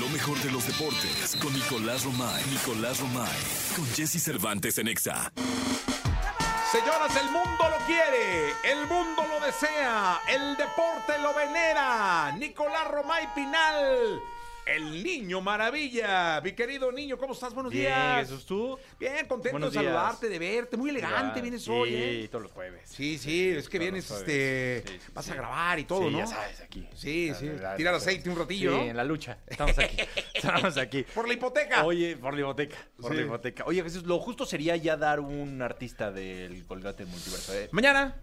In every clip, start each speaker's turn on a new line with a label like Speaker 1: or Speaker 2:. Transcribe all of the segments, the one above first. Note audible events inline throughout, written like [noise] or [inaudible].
Speaker 1: Lo mejor de los deportes con Nicolás Romay. Nicolás Romay. Con Jesse Cervantes en Exa.
Speaker 2: Señoras, el mundo lo quiere, el mundo lo desea, el deporte lo venera. Nicolás Romay Pinal, el niño maravilla. Mi querido niño, ¿cómo estás? Buenos
Speaker 3: Bien,
Speaker 2: días.
Speaker 3: Jesús, tú.
Speaker 2: Bien, contento
Speaker 3: Buenos
Speaker 2: de
Speaker 3: días.
Speaker 2: saludarte, de verte. Muy elegante
Speaker 3: Ya,
Speaker 2: vienes
Speaker 3: sí,
Speaker 2: hoy, ¿eh?
Speaker 3: todos los jueves.
Speaker 2: Sí, sí, es que
Speaker 3: todos
Speaker 2: vienes,
Speaker 3: los
Speaker 2: este,
Speaker 3: jueves. Sí, sí,
Speaker 2: vas a
Speaker 3: sí.
Speaker 2: grabar y todo,
Speaker 3: Sí,
Speaker 2: ¿no?
Speaker 3: ya sabes, aquí.
Speaker 2: Sí,
Speaker 3: La
Speaker 2: sí,
Speaker 3: verdad,
Speaker 2: tirar
Speaker 3: la verdad.
Speaker 2: aceite un ratillo,
Speaker 3: Sí,
Speaker 2: ¿no?
Speaker 3: en la lucha.
Speaker 2: [laughs]
Speaker 3: Estamos aquí. Estamos aquí.
Speaker 2: Por la hipoteca.
Speaker 3: Oye, por la hipoteca. Por
Speaker 2: Sí.
Speaker 3: la hipoteca. Oye, Jesús, lo justo sería ya dar un artista del Colgate Multiverso. ¿eh?
Speaker 2: Mañana.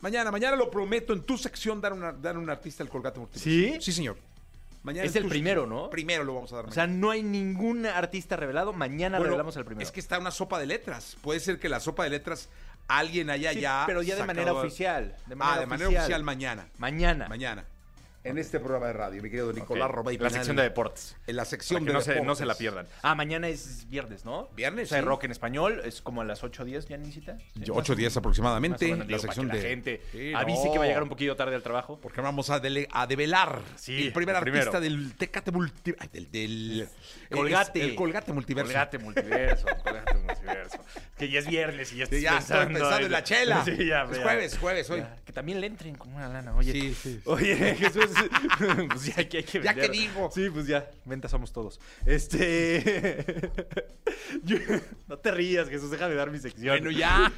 Speaker 2: Mañana, mañana lo prometo, en tu sección dar, una, dar un artista el colgate multiverso.
Speaker 3: ¿Sí?
Speaker 2: Sí, señor. Mañana
Speaker 3: Es
Speaker 2: en
Speaker 3: el
Speaker 2: tu-
Speaker 3: primero, ¿no?
Speaker 2: Primero lo vamos a dar.
Speaker 3: O
Speaker 2: mañana.
Speaker 3: sea, no hay ningún artista revelado. Mañana
Speaker 2: Bueno,
Speaker 3: revelamos el primero.
Speaker 2: Es que está una sopa de letras. Puede ser que la sopa de letras alguien haya
Speaker 3: Sí,
Speaker 2: ya.
Speaker 3: pero ya de
Speaker 2: sacado
Speaker 3: manera
Speaker 2: a-
Speaker 3: oficial. De manera
Speaker 2: Ah, de manera oficial, mañana.
Speaker 3: Mañana.
Speaker 2: Mañana.
Speaker 4: en este programa de radio, mi querido Nicolás
Speaker 3: Ok.
Speaker 4: Romay
Speaker 3: La
Speaker 4: Pinal.
Speaker 3: sección de deportes.
Speaker 2: En la
Speaker 3: Para
Speaker 2: sección
Speaker 3: que
Speaker 2: de.
Speaker 3: no se, no
Speaker 2: deportes.
Speaker 3: se la pierdan. Ah, mañana es viernes, ¿no?
Speaker 2: Viernes,
Speaker 3: O sea, hay
Speaker 2: sí.
Speaker 3: rock en español es como a las 8.10, ¿ya, Nisita?
Speaker 2: Yo,
Speaker 3: Sí,
Speaker 2: Ocho
Speaker 3: más o
Speaker 2: días
Speaker 3: menos,
Speaker 2: aproximadamente.
Speaker 3: digo,
Speaker 2: la
Speaker 3: para
Speaker 2: sección
Speaker 3: que
Speaker 2: de.
Speaker 3: La gente
Speaker 2: Sí,
Speaker 3: avise
Speaker 2: no.
Speaker 3: que va a llegar un poquito tarde al trabajo.
Speaker 2: Porque vamos a, dele- a develar
Speaker 3: Sí,
Speaker 2: el primer
Speaker 3: el primero.
Speaker 2: artista del Tecate Multi. ay, del, del-
Speaker 3: Colgate.
Speaker 2: El, Colgate Multiverso.
Speaker 3: Colgate multiverso, colgate multiverso. Es que ya es viernes y ya estoy
Speaker 2: Ya estoy pensando en la chela.
Speaker 3: [laughs] Sí, ya,
Speaker 2: Es
Speaker 3: ya.
Speaker 2: jueves, jueves hoy.
Speaker 3: Ya, Que también le entren con una lana, oye.
Speaker 2: Sí, sí.
Speaker 3: Oye, [laughs] Jesús, pues ya que hay que
Speaker 2: Ya
Speaker 3: vender.
Speaker 2: que digo.
Speaker 3: Sí, pues ya, venta somos todos. Este... [laughs] Yo- No te rías, Jesús, déjame dar mi sección.
Speaker 2: Bueno,
Speaker 3: [laughs]
Speaker 2: ya.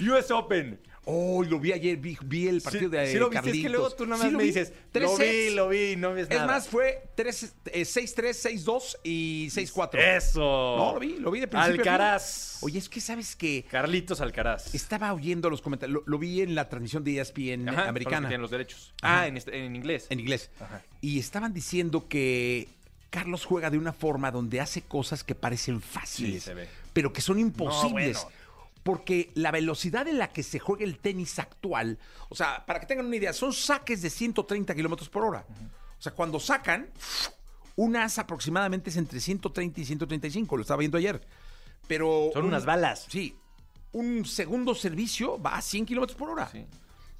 Speaker 3: US Open.
Speaker 2: Oh, lo vi ayer, vi, vi el partido de
Speaker 3: lo viste,
Speaker 2: Carlitos.
Speaker 3: es que luego tú nada
Speaker 2: Sí
Speaker 3: más
Speaker 2: lo
Speaker 3: me
Speaker 2: vi.
Speaker 3: dices,
Speaker 2: Tres
Speaker 3: lo vi,
Speaker 2: sets.
Speaker 3: lo vi, no ves
Speaker 2: Es
Speaker 3: nada.
Speaker 2: más, fue tres, eh, 6-3, 6-2 y 6-4.
Speaker 3: Eso.
Speaker 2: No, lo vi, lo vi de principio. a fin.
Speaker 3: Alcaraz.
Speaker 2: Oye, es que sabes que
Speaker 3: Carlitos Alcaraz.
Speaker 2: estaba oyendo los comentarios, lo, lo vi en la transmisión de E ESPN
Speaker 3: Ajá, son los que
Speaker 2: americana,
Speaker 3: tienen los derechos.
Speaker 2: Ajá.
Speaker 3: Ah, en, este- en inglés.
Speaker 2: en inglés.
Speaker 3: Ajá.
Speaker 2: Y estaban diciendo que Carlos juega de una forma donde hace cosas que parecen fáciles,
Speaker 3: se ve.
Speaker 2: pero que son imposibles.
Speaker 3: bueno.
Speaker 2: Porque la velocidad en la que se juega el tenis actual, o sea, para que tengan una idea, son saques de 130 kilómetros por hora. O sea, cuando sacan, un as aproximadamente es entre 130 y 135, lo estaba viendo ayer. Pero
Speaker 3: Son
Speaker 2: un-
Speaker 3: unas balas.
Speaker 2: Sí. Un segundo servicio va a 100 kilómetros por hora.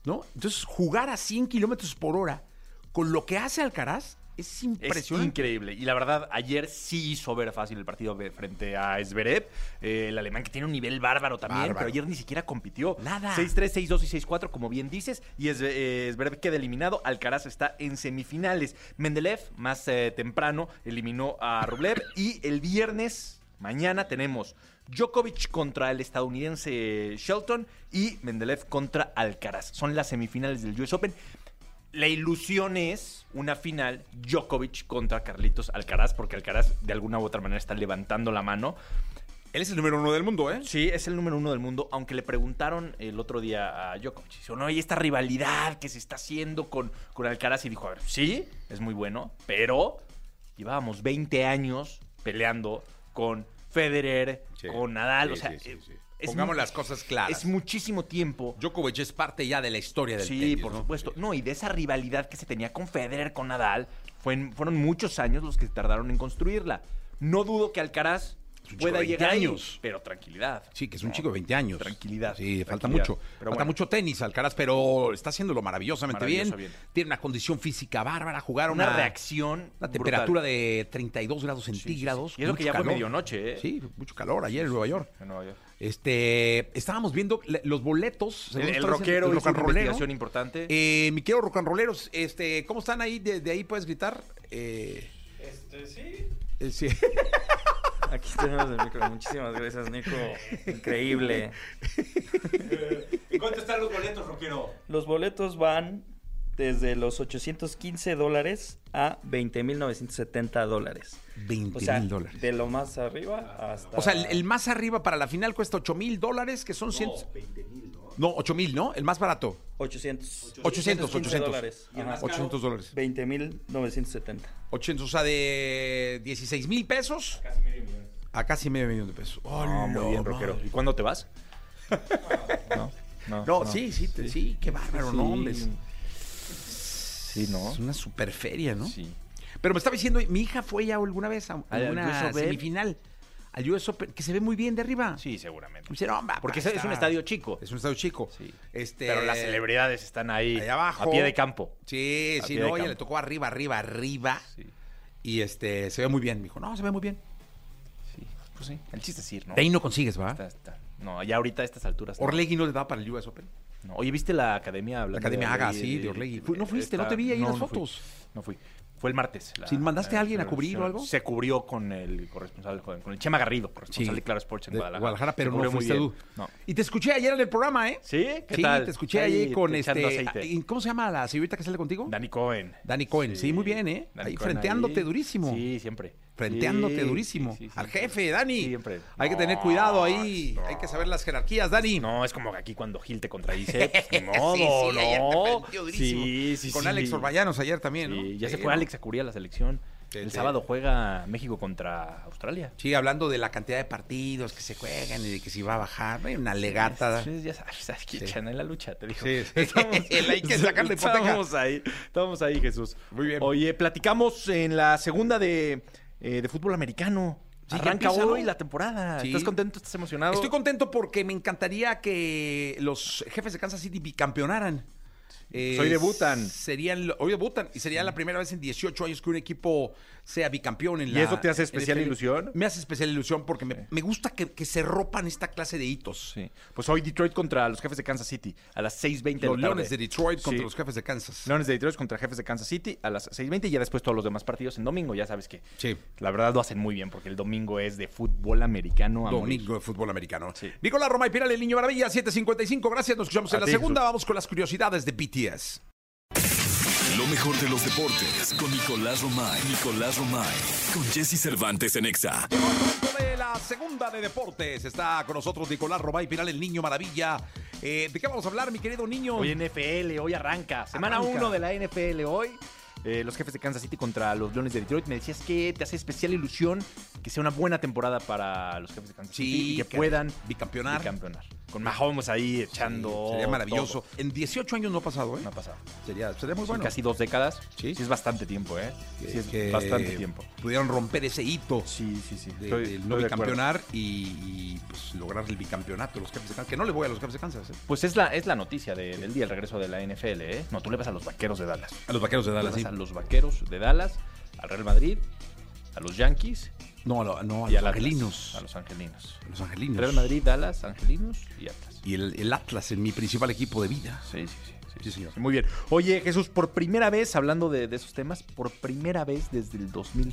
Speaker 2: ¿No? Entonces, jugar a 100 kilómetros por hora con lo que hace Alcaraz es
Speaker 3: Es
Speaker 2: impresionante.
Speaker 3: increíble. Y la verdad, ayer sí hizo ver fácil el partido de- frente a Zverev, eh, el alemán que tiene un nivel bárbaro también,
Speaker 2: Bárbaro.
Speaker 3: pero ayer ni siquiera compitió.
Speaker 2: Nada.
Speaker 3: 6-3, 6-2 y 6-4, como bien dices, y es, eh, Zverev queda eliminado. Alcaraz está en semifinales. Mendeleev, más eh, temprano, eliminó a Rublev. y el viernes, mañana, tenemos Djokovic contra el estadounidense Shelton y Mendeleev contra Alcaraz. Son las semifinales del US Open. La ilusión es una final Djokovic contra Carlitos Alcaraz, porque Alcaraz de alguna u otra manera está levantando la mano.
Speaker 2: Él es el número uno del mundo, ¿eh?
Speaker 3: Sí, es el número uno del mundo, aunque le preguntaron el otro día a Djokovic. Dice, no, y esta rivalidad que se está haciendo con, con Alcaraz. Y dijo, a ver, sí, es muy bueno, pero llevábamos 20 años peleando con Federer, con Nadal. o sea, eh, es
Speaker 2: Pongamos
Speaker 3: mu-
Speaker 2: las cosas claras.
Speaker 3: Es muchísimo tiempo.
Speaker 2: Djokovic es parte ya de la historia del
Speaker 3: Sí,
Speaker 2: tenis.
Speaker 3: por
Speaker 2: ¿no?
Speaker 3: supuesto. No, y de esa rivalidad que se tenía con Federer, con Nadal, fue en- fueron muchos años los que tardaron en construirla. No dudo que Alcaraz
Speaker 2: Es un chico
Speaker 3: pueda
Speaker 2: de 20
Speaker 3: llegar ahí,
Speaker 2: años.
Speaker 3: pero tranquilidad.
Speaker 2: Sí, que es un chico de 20 años.
Speaker 3: Tranquilidad,
Speaker 2: Sí, falta
Speaker 3: tranquilidad.
Speaker 2: mucho.
Speaker 3: Pero
Speaker 2: falta
Speaker 3: bueno.
Speaker 2: mucho tenis, Alcaraz, pero está haciéndolo maravillosamente bien.
Speaker 3: Maravilloso bien.
Speaker 2: Tiene una condición física bárbara, jugar
Speaker 3: Una reacción
Speaker 2: Una
Speaker 3: brutal.
Speaker 2: temperatura de 32 grados
Speaker 3: Sí, sí, sí.
Speaker 2: centígrados.
Speaker 3: Y eso
Speaker 2: mucho
Speaker 3: que ya fue
Speaker 2: calor.
Speaker 3: medianoche, ¿eh?
Speaker 2: Sí, mucho calor ayer en Nueva York.
Speaker 3: En Nueva York.
Speaker 2: Este, estábamos viendo le- los boletos. según
Speaker 3: El, el
Speaker 2: estaba diciendo,
Speaker 3: rockero
Speaker 2: el
Speaker 3: hizo una
Speaker 2: rocanrolero.
Speaker 3: investigación importante.
Speaker 2: Eh, mi querido rocanroleros, este, ¿cómo están ahí? De, de ahí puedes gritar. Eh, eh, sí.
Speaker 5: Aquí tenemos el micro. Muchísimas gracias, Nico. Increíble.
Speaker 6: ¿Cuánto están los boletos, Roquero?
Speaker 5: Los boletos van desde los 815 dólares a 20.970 dólares.
Speaker 2: 20
Speaker 5: O sea,
Speaker 2: mil dólares.
Speaker 5: de lo más arriba hasta...
Speaker 2: O sea, el, el más arriba para la final cuesta 8 mil dólares, que son 100. No, 8 mil, ¿no? El más barato.
Speaker 5: 800.
Speaker 2: 800, 800.
Speaker 5: dólares.
Speaker 2: Ajá, 800 dólares.
Speaker 5: 20.970.
Speaker 2: 800, o sea, de 16 mil pesos. A casi medio millón de pesos. Oh,
Speaker 3: No, Ah, muy bien,
Speaker 2: no,
Speaker 3: rockero.
Speaker 2: madre.
Speaker 3: ¿Y cuándo
Speaker 6: [laughs]
Speaker 3: te vas?
Speaker 2: No, sí, sí, te- sí, qué bárbaro, no, hombre. Es
Speaker 3: Sí, ¿no?
Speaker 2: es una superferia, ¿no?
Speaker 3: Sí.
Speaker 2: Pero me estaba diciendo, mi hija fue ya alguna vez a
Speaker 3: Al- al
Speaker 2: alguna
Speaker 3: US Open.
Speaker 2: semifinal. al US Open, que se ve muy bien de arriba.
Speaker 3: Sí, seguramente.
Speaker 2: Me dice, "No, va, va,
Speaker 3: Porque es es
Speaker 2: está-
Speaker 3: un estadio chico.
Speaker 2: Es un estadio chico.
Speaker 3: Sí.
Speaker 2: Este,
Speaker 3: Pero las celebridades están ahí.
Speaker 2: allá abajo.
Speaker 3: A pie de campo.
Speaker 2: Sí,
Speaker 3: A
Speaker 2: sí,
Speaker 3: pie de
Speaker 2: no, ella
Speaker 3: campo.
Speaker 2: le tocó arriba, arriba, arriba.
Speaker 3: Sí.
Speaker 2: Y este, se ve muy bien. Me dijo, no, se ve muy bien.
Speaker 3: Sí. Pues sí. El chiste es ir, ¿no?
Speaker 2: De ahí no consigues, ¿va?
Speaker 3: Está- está- No, ya ahorita a estas alturas. no.
Speaker 2: Orlegui no le da para el US Open.
Speaker 3: No. Oye, ¿viste la academia hablando
Speaker 2: La Academia
Speaker 3: de
Speaker 2: Haga,
Speaker 3: Orlegui?
Speaker 2: sí, de Orlegui. Fui- no fuiste, no te vi ahí en las
Speaker 3: no fui.
Speaker 2: fotos.
Speaker 3: no fui. Fue el martes. la-
Speaker 2: Sí, ¿mandaste a alguien a
Speaker 3: se-
Speaker 2: cubrir o algo?
Speaker 3: Se cubrió con el corresponsal, con con el Chema Garrido, corresponsal
Speaker 2: Sí.
Speaker 3: de Claro Sports en
Speaker 2: De
Speaker 3: Guadalajara.
Speaker 2: Guadalajara, pero
Speaker 3: Se
Speaker 2: no
Speaker 3: cubrió muy
Speaker 2: fuiste
Speaker 3: bien.
Speaker 2: tú.
Speaker 3: No.
Speaker 2: Y te escuché ayer en el programa, ¿eh?
Speaker 3: ¿Sí? ¿Qué tal?
Speaker 2: te escuché ayer con
Speaker 3: echando
Speaker 2: este.
Speaker 3: aceite.
Speaker 2: ¿y ¿Cómo se llama la señorita que sale contigo?
Speaker 3: Dani Cohen.
Speaker 2: Dani Cohen, sí, muy bien, ¿eh?
Speaker 3: Dani
Speaker 2: Ahí
Speaker 3: Cohen
Speaker 2: frenteándote
Speaker 3: ahí.
Speaker 2: durísimo.
Speaker 3: Sí, siempre.
Speaker 2: Frenteándote
Speaker 3: Sí,
Speaker 2: durísimo.
Speaker 3: sí, sí,
Speaker 2: Al
Speaker 3: siempre.
Speaker 2: jefe, Dani.
Speaker 3: Siempre.
Speaker 2: Hay que
Speaker 3: No,
Speaker 2: tener cuidado ahí.
Speaker 3: no.
Speaker 2: Hay que saber las jerarquías, Dani.
Speaker 3: No, es como aquí cuando Gil
Speaker 2: [laughs]
Speaker 3: te contradice. pues, ni
Speaker 2: Sí,
Speaker 3: modo,
Speaker 2: sí, ayer te
Speaker 3: ¿no?
Speaker 2: prendió durísimo.
Speaker 3: Sí, sí,
Speaker 2: Con
Speaker 3: sí.
Speaker 2: Alex Orbayanos ayer también, ¿no?
Speaker 3: Sí, ya se
Speaker 2: Sí,
Speaker 3: fue
Speaker 2: ¿no?
Speaker 3: Alex a cubrir a la selección.
Speaker 2: Sí,
Speaker 3: el
Speaker 2: sí.
Speaker 3: sábado juega México contra Australia.
Speaker 2: Sí, hablando de la cantidad de partidos que se juegan y de que si va a bajar. ¿no? Hay una legata.
Speaker 3: Entonces, ya sabes, [laughs] sabes que
Speaker 2: Sí.
Speaker 3: echan en la lucha, te digo. [laughs]
Speaker 2: Sí, sí. El [laughs] hay que sacar la hipoteca.
Speaker 3: Estamos ahí, estamos ahí, Jesús.
Speaker 2: Muy bien.
Speaker 3: Oye, platicamos en la segunda de, eh, de fútbol americano.
Speaker 2: Sí, Ah, ya
Speaker 3: Arranca
Speaker 2: empieza, ¿no?
Speaker 3: hoy la temporada.
Speaker 2: Sí.
Speaker 3: ¿Estás contento? ¿Estás emocionado?
Speaker 2: Estoy contento porque me encantaría que los jefes de Kansas City bicampeonaran. Eh,
Speaker 3: Pues Hoy debutan.
Speaker 2: Serían, lo- hoy debutan y sería la primera vez en 18 años que un equipo sea bicampeón en
Speaker 3: ¿Y
Speaker 2: la
Speaker 3: eso te hace especial ilusión?
Speaker 2: Me hace especial ilusión porque me, me gusta que, que se ropan esta clase de hitos.
Speaker 3: Sí. Pues hoy Detroit contra los jefes de Kansas City a las 6.20 de la
Speaker 2: Los
Speaker 3: tarde.
Speaker 2: Leones de Detroit contra
Speaker 3: Sí.
Speaker 2: los jefes de Kansas.
Speaker 3: Leones de Detroit contra jefes de Kansas City a las 6.20 y ya después todos los demás partidos en domingo. Ya sabes que
Speaker 2: Sí.
Speaker 3: la verdad lo hacen muy bien porque el domingo es de fútbol americano. A morir.
Speaker 2: Domingo de fútbol americano.
Speaker 3: Sí.
Speaker 2: Nicolás Roma y Piral, el niño maravilla, 755. Gracias, nos escuchamos
Speaker 3: A
Speaker 2: en la
Speaker 3: ti,
Speaker 2: segunda.
Speaker 3: Jesús.
Speaker 2: Vamos con las curiosidades de BTS.
Speaker 1: Lo mejor de los deportes con Nicolás Romay. Nicolás Romay. Con Jesse Cervantes en Exa.
Speaker 2: de la segunda de deportes. Está con nosotros Nicolás Robay Piral, el niño maravilla. Eh, ¿De qué vamos a hablar, mi querido niño?
Speaker 3: Hoy NFL, hoy arranca. Semana
Speaker 2: Arranca.
Speaker 3: 1 de la NFL hoy. eh, los jefes de Kansas City contra los Leones de Detroit. Me decías que te hace especial ilusión que sea una buena temporada para los jefes de Kansas City y que puedan
Speaker 2: bicampeonar.
Speaker 3: campeonar. Con Mahomes ahí echando.
Speaker 2: Sería maravilloso.
Speaker 3: todo.
Speaker 2: En 18 años no ha pasado, ¿eh?
Speaker 3: No ha pasado.
Speaker 2: Sería, sería muy
Speaker 3: Son
Speaker 2: bueno.
Speaker 3: casi dos décadas.
Speaker 2: Sí.
Speaker 3: Sí. es bastante tiempo, ¿eh?
Speaker 2: Que-
Speaker 3: Sí, es
Speaker 2: que
Speaker 3: bastante tiempo.
Speaker 2: Pudieron romper ese hito.
Speaker 3: Sí, sí, sí.
Speaker 2: de-
Speaker 3: Estoy-
Speaker 2: del
Speaker 3: estoy
Speaker 2: no
Speaker 3: de acuerdo.
Speaker 2: bicampeonar y, y, pues, lograr el bicampeonato los Capes de Kansas. Que no le voy a los Capes de Kansas. ¿eh?
Speaker 3: Pues es la, es la noticia de- del día, el regreso de la NFL, ¿eh? No, tú le vas a los vaqueros de Dallas.
Speaker 2: A los vaqueros de
Speaker 3: Le
Speaker 2: Dallas,
Speaker 3: vas
Speaker 2: sí.
Speaker 3: a los vaqueros de Dallas, al Real Madrid, a los Yankees
Speaker 2: No, a lo- no, a
Speaker 3: y
Speaker 2: los
Speaker 3: al Atlas.
Speaker 2: angelinos.
Speaker 3: A los angelinos.
Speaker 2: A los angelinos.
Speaker 3: Real Madrid, Dallas, angelinos y Atlas.
Speaker 2: Y el, el Atlas en mi principal equipo de vida.
Speaker 3: Sí, sí, sí. sí,
Speaker 2: Sí, señor.
Speaker 3: Muy bien. Oye, Jesús, por primera vez, hablando de, de esos temas, por primera vez desde el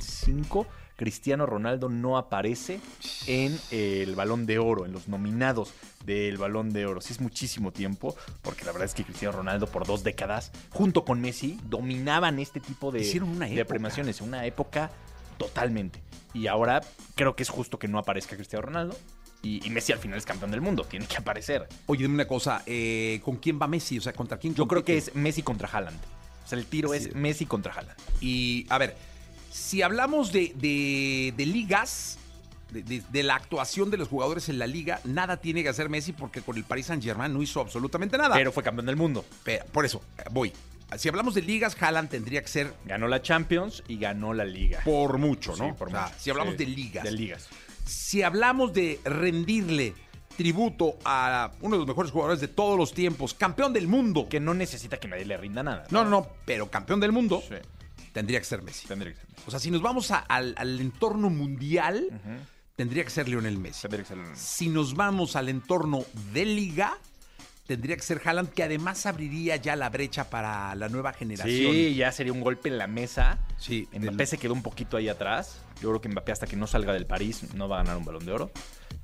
Speaker 3: 2005, Cristiano Ronaldo no aparece en el Balón de Oro, en los nominados del Balón de Oro. Sí, es muchísimo tiempo, porque la verdad es que Cristiano Ronaldo por dos décadas, junto con Messi, dominaban este tipo de,
Speaker 2: Hicieron una
Speaker 3: de
Speaker 2: época.
Speaker 3: premiaciones, una época totalmente. Y ahora creo que es justo que no aparezca Cristiano Ronaldo. Y, y Messi al final es campeón del mundo, tiene que aparecer.
Speaker 2: Oye, dime una cosa, eh, ¿con quién va Messi? O sea, ¿contra quién?
Speaker 3: Yo creo que
Speaker 2: compite?
Speaker 3: es Messi contra Haaland. O sea, el tiro
Speaker 2: Sí.
Speaker 3: es Messi contra Haaland.
Speaker 2: Y, a ver, si hablamos de, de- de ligas, de, de- de la actuación de los jugadores en la liga, nada tiene que hacer Messi porque con el Paris Saint-Germain no hizo absolutamente nada.
Speaker 3: Pero fue campeón del mundo.
Speaker 2: Pe- por eso, eh, voy. Si hablamos de ligas, Haaland tendría que ser
Speaker 3: Ganó la Champions y ganó la Liga.
Speaker 2: por mucho,
Speaker 3: Sí,
Speaker 2: ¿no?
Speaker 3: por
Speaker 2: O sea,
Speaker 3: mucho.
Speaker 2: si hablamos
Speaker 3: Sí,
Speaker 2: de ligas.
Speaker 3: De ligas.
Speaker 2: si hablamos de rendirle tributo a uno de los mejores jugadores de todos los tiempos, campeón del mundo.
Speaker 3: Que no necesita que nadie le rinda nada.
Speaker 2: No, no, no, pero campeón del mundo
Speaker 3: Sí,
Speaker 2: tendría que ser Messi.
Speaker 3: tendría que ser.
Speaker 2: O sea, si nos vamos a- al, al entorno mundial,
Speaker 3: Ujú.
Speaker 2: tendría que ser Lionel Messi.
Speaker 3: Tendría que ser.
Speaker 2: Si nos vamos al entorno de liga, tendría que ser Haaland, que además abriría ya la brecha para la nueva generación.
Speaker 3: Sí, ya sería un golpe en la mesa.
Speaker 2: Sí,
Speaker 3: Mbappé
Speaker 2: del-
Speaker 3: se quedó un poquito ahí atrás. Yo creo que Mbappé hasta que no salga del París no va a ganar un balón de oro.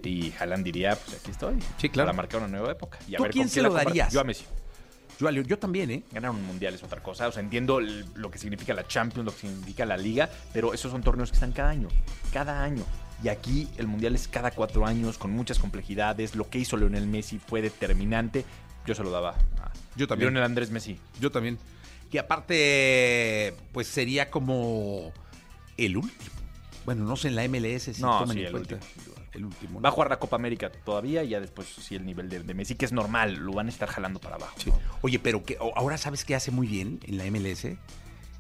Speaker 3: Y Haaland diría, pues aquí estoy.
Speaker 2: Sí, claro.
Speaker 3: Para marcar una nueva época. Y a
Speaker 2: ¿Tú
Speaker 3: ver
Speaker 2: quién
Speaker 3: con
Speaker 2: se
Speaker 3: quién la
Speaker 2: lo
Speaker 3: comparte.
Speaker 2: darías?
Speaker 3: Yo a Messi.
Speaker 2: Yo, a Leo- yo también, ¿eh?
Speaker 3: Ganar un mundial es otra cosa. O sea, entiendo el- lo que significa la Champions, lo que significa la Liga, pero esos son torneos que están cada año. Cada año. Y aquí el mundial es cada cuatro años, con muchas complejidades. Lo que hizo Leonel Messi fue determinante. Yo se lo daba a
Speaker 2: Yo también.
Speaker 3: Leonel Andrés Messi.
Speaker 2: Yo también. Que aparte, pues sería como el último. Bueno, no sé en la MLS si
Speaker 3: No,
Speaker 2: toman
Speaker 3: sí,
Speaker 2: en
Speaker 3: el
Speaker 2: cuenta.
Speaker 3: último.
Speaker 2: El último. ¿no?
Speaker 3: Va a jugar la Copa América todavía y ya después sí el nivel de, de Messi, que es normal, lo van a estar jalando para abajo.
Speaker 2: Sí. Oye, pero que o- ahora sabes qué hace muy bien en la MLS.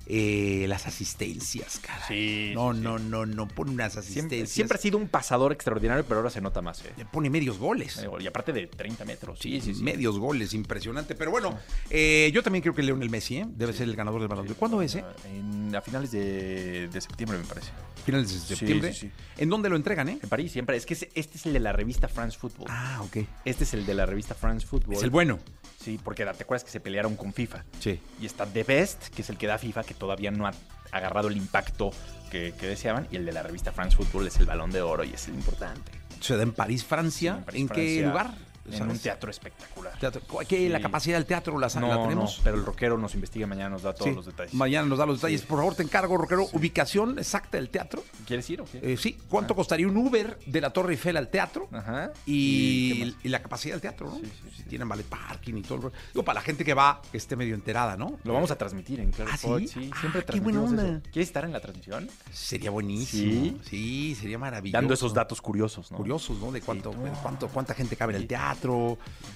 Speaker 2: eh, las asistencias, cara.
Speaker 3: Sí,
Speaker 2: No,
Speaker 3: sí, sí.
Speaker 2: no, no, no. Pone unas
Speaker 3: Siempre,
Speaker 2: asistencias.
Speaker 3: siempre ha sido un pasador extraordinario, pero ahora se nota más. ¿eh?
Speaker 2: Le pone medios goles.
Speaker 3: Y aparte de 30 metros. Sí, sí, sí.
Speaker 2: Medios goles, impresionante. Pero bueno, eh, yo también creo que Leonel Messi ¿eh? debe ser el ganador del balón. de Oro. ¿Cuándo es? Eh?
Speaker 3: En- a finales de, de septiembre, me parece.
Speaker 2: Finales de
Speaker 3: Sí,
Speaker 2: septiembre.
Speaker 3: sí,
Speaker 2: ¿En dónde lo entregan, eh?
Speaker 3: En París, siempre. Es que es- este es el de la revista France Football.
Speaker 2: Ah, ok.
Speaker 3: Este es el de la revista France Football.
Speaker 2: Es el bueno.
Speaker 3: Sí, porque te acuerdas que se pelearon con FIFA.
Speaker 2: Sí.
Speaker 3: Y está The Best, que es el que da FIFA, que todavía no ha agarrado el impacto que, que deseaban. Y el de la revista France Football es el balón de oro y es el importante.
Speaker 2: Se da en París, Francia. ah?
Speaker 3: En
Speaker 2: ¿En,
Speaker 3: París,
Speaker 2: qué
Speaker 3: Francia,
Speaker 2: lugar?
Speaker 3: En
Speaker 2: ¿Sabes?
Speaker 3: un teatro espectacular.
Speaker 2: Teatro. ¿Qué, ¿La
Speaker 3: Sí.
Speaker 2: capacidad del teatro la, la
Speaker 3: No, no,
Speaker 2: tenemos?
Speaker 3: pero el rockero nos investiga mañana, nos da todos
Speaker 2: Sí.
Speaker 3: los detalles.
Speaker 2: Mañana nos da los detalles. Por favor, te encargo, Roquero, ubicación exacta del teatro.
Speaker 3: ¿Quieres ir o qué?
Speaker 2: Eh, sí, ¿cuánto costaría un Uber de la Torre Eiffel al teatro?
Speaker 3: Ajá. Ah. ¿Y qué
Speaker 2: Y,
Speaker 3: más?
Speaker 2: y la capacidad del teatro, ¿no?
Speaker 3: Sí, sí,
Speaker 2: si tienen ballet parking y todo. el rollo. Digo, para la gente que va, que esté medio enterada, ¿no?
Speaker 3: Lo vamos a transmitir en Claro
Speaker 2: ¿Ah, sí?
Speaker 3: Sport, sí,
Speaker 2: Ah,
Speaker 3: siempre
Speaker 2: qué buena
Speaker 3: transmitimos
Speaker 2: onda.
Speaker 3: eso. ¿Quieres estar en la transmisión?
Speaker 2: Sería buenísimo.
Speaker 3: Sí.
Speaker 2: Sí, sería maravilloso.
Speaker 3: Dando esos datos curiosos, ¿no?
Speaker 2: curiosos, ¿no? De cuánto, de cuánto cuánta gente cabe en el teatro. eh,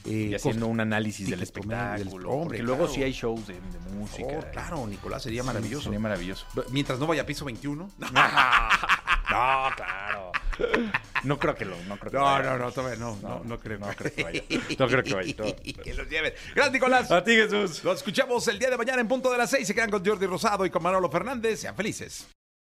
Speaker 3: Y haciendo
Speaker 2: cosas-
Speaker 3: un análisis del
Speaker 2: tickets promedio del-
Speaker 3: espectáculo.
Speaker 2: hombre,
Speaker 3: porque luego
Speaker 2: claro.
Speaker 3: sí hay shows de, de
Speaker 2: Por
Speaker 3: música.
Speaker 2: favor, claro, Nicolás, sería maravilloso.
Speaker 3: Sería Ah, maravilloso.
Speaker 2: Mientras no vaya a piso 21. No,
Speaker 3: No, claro. No creo que lo. No, creo que
Speaker 2: no,
Speaker 3: vaya.
Speaker 2: no, no, todavía no, no, no creo.
Speaker 3: No creo que vaya. No creo que vaya. no.
Speaker 2: [laughs] que los lleven. Gracias, Nicolás.
Speaker 3: [laughs] A ti, Jesús.
Speaker 2: Nos escuchamos el día de mañana en punto de las 6. Se quedan con Jordi Rosado y con Manolo Fernández. Sean felices.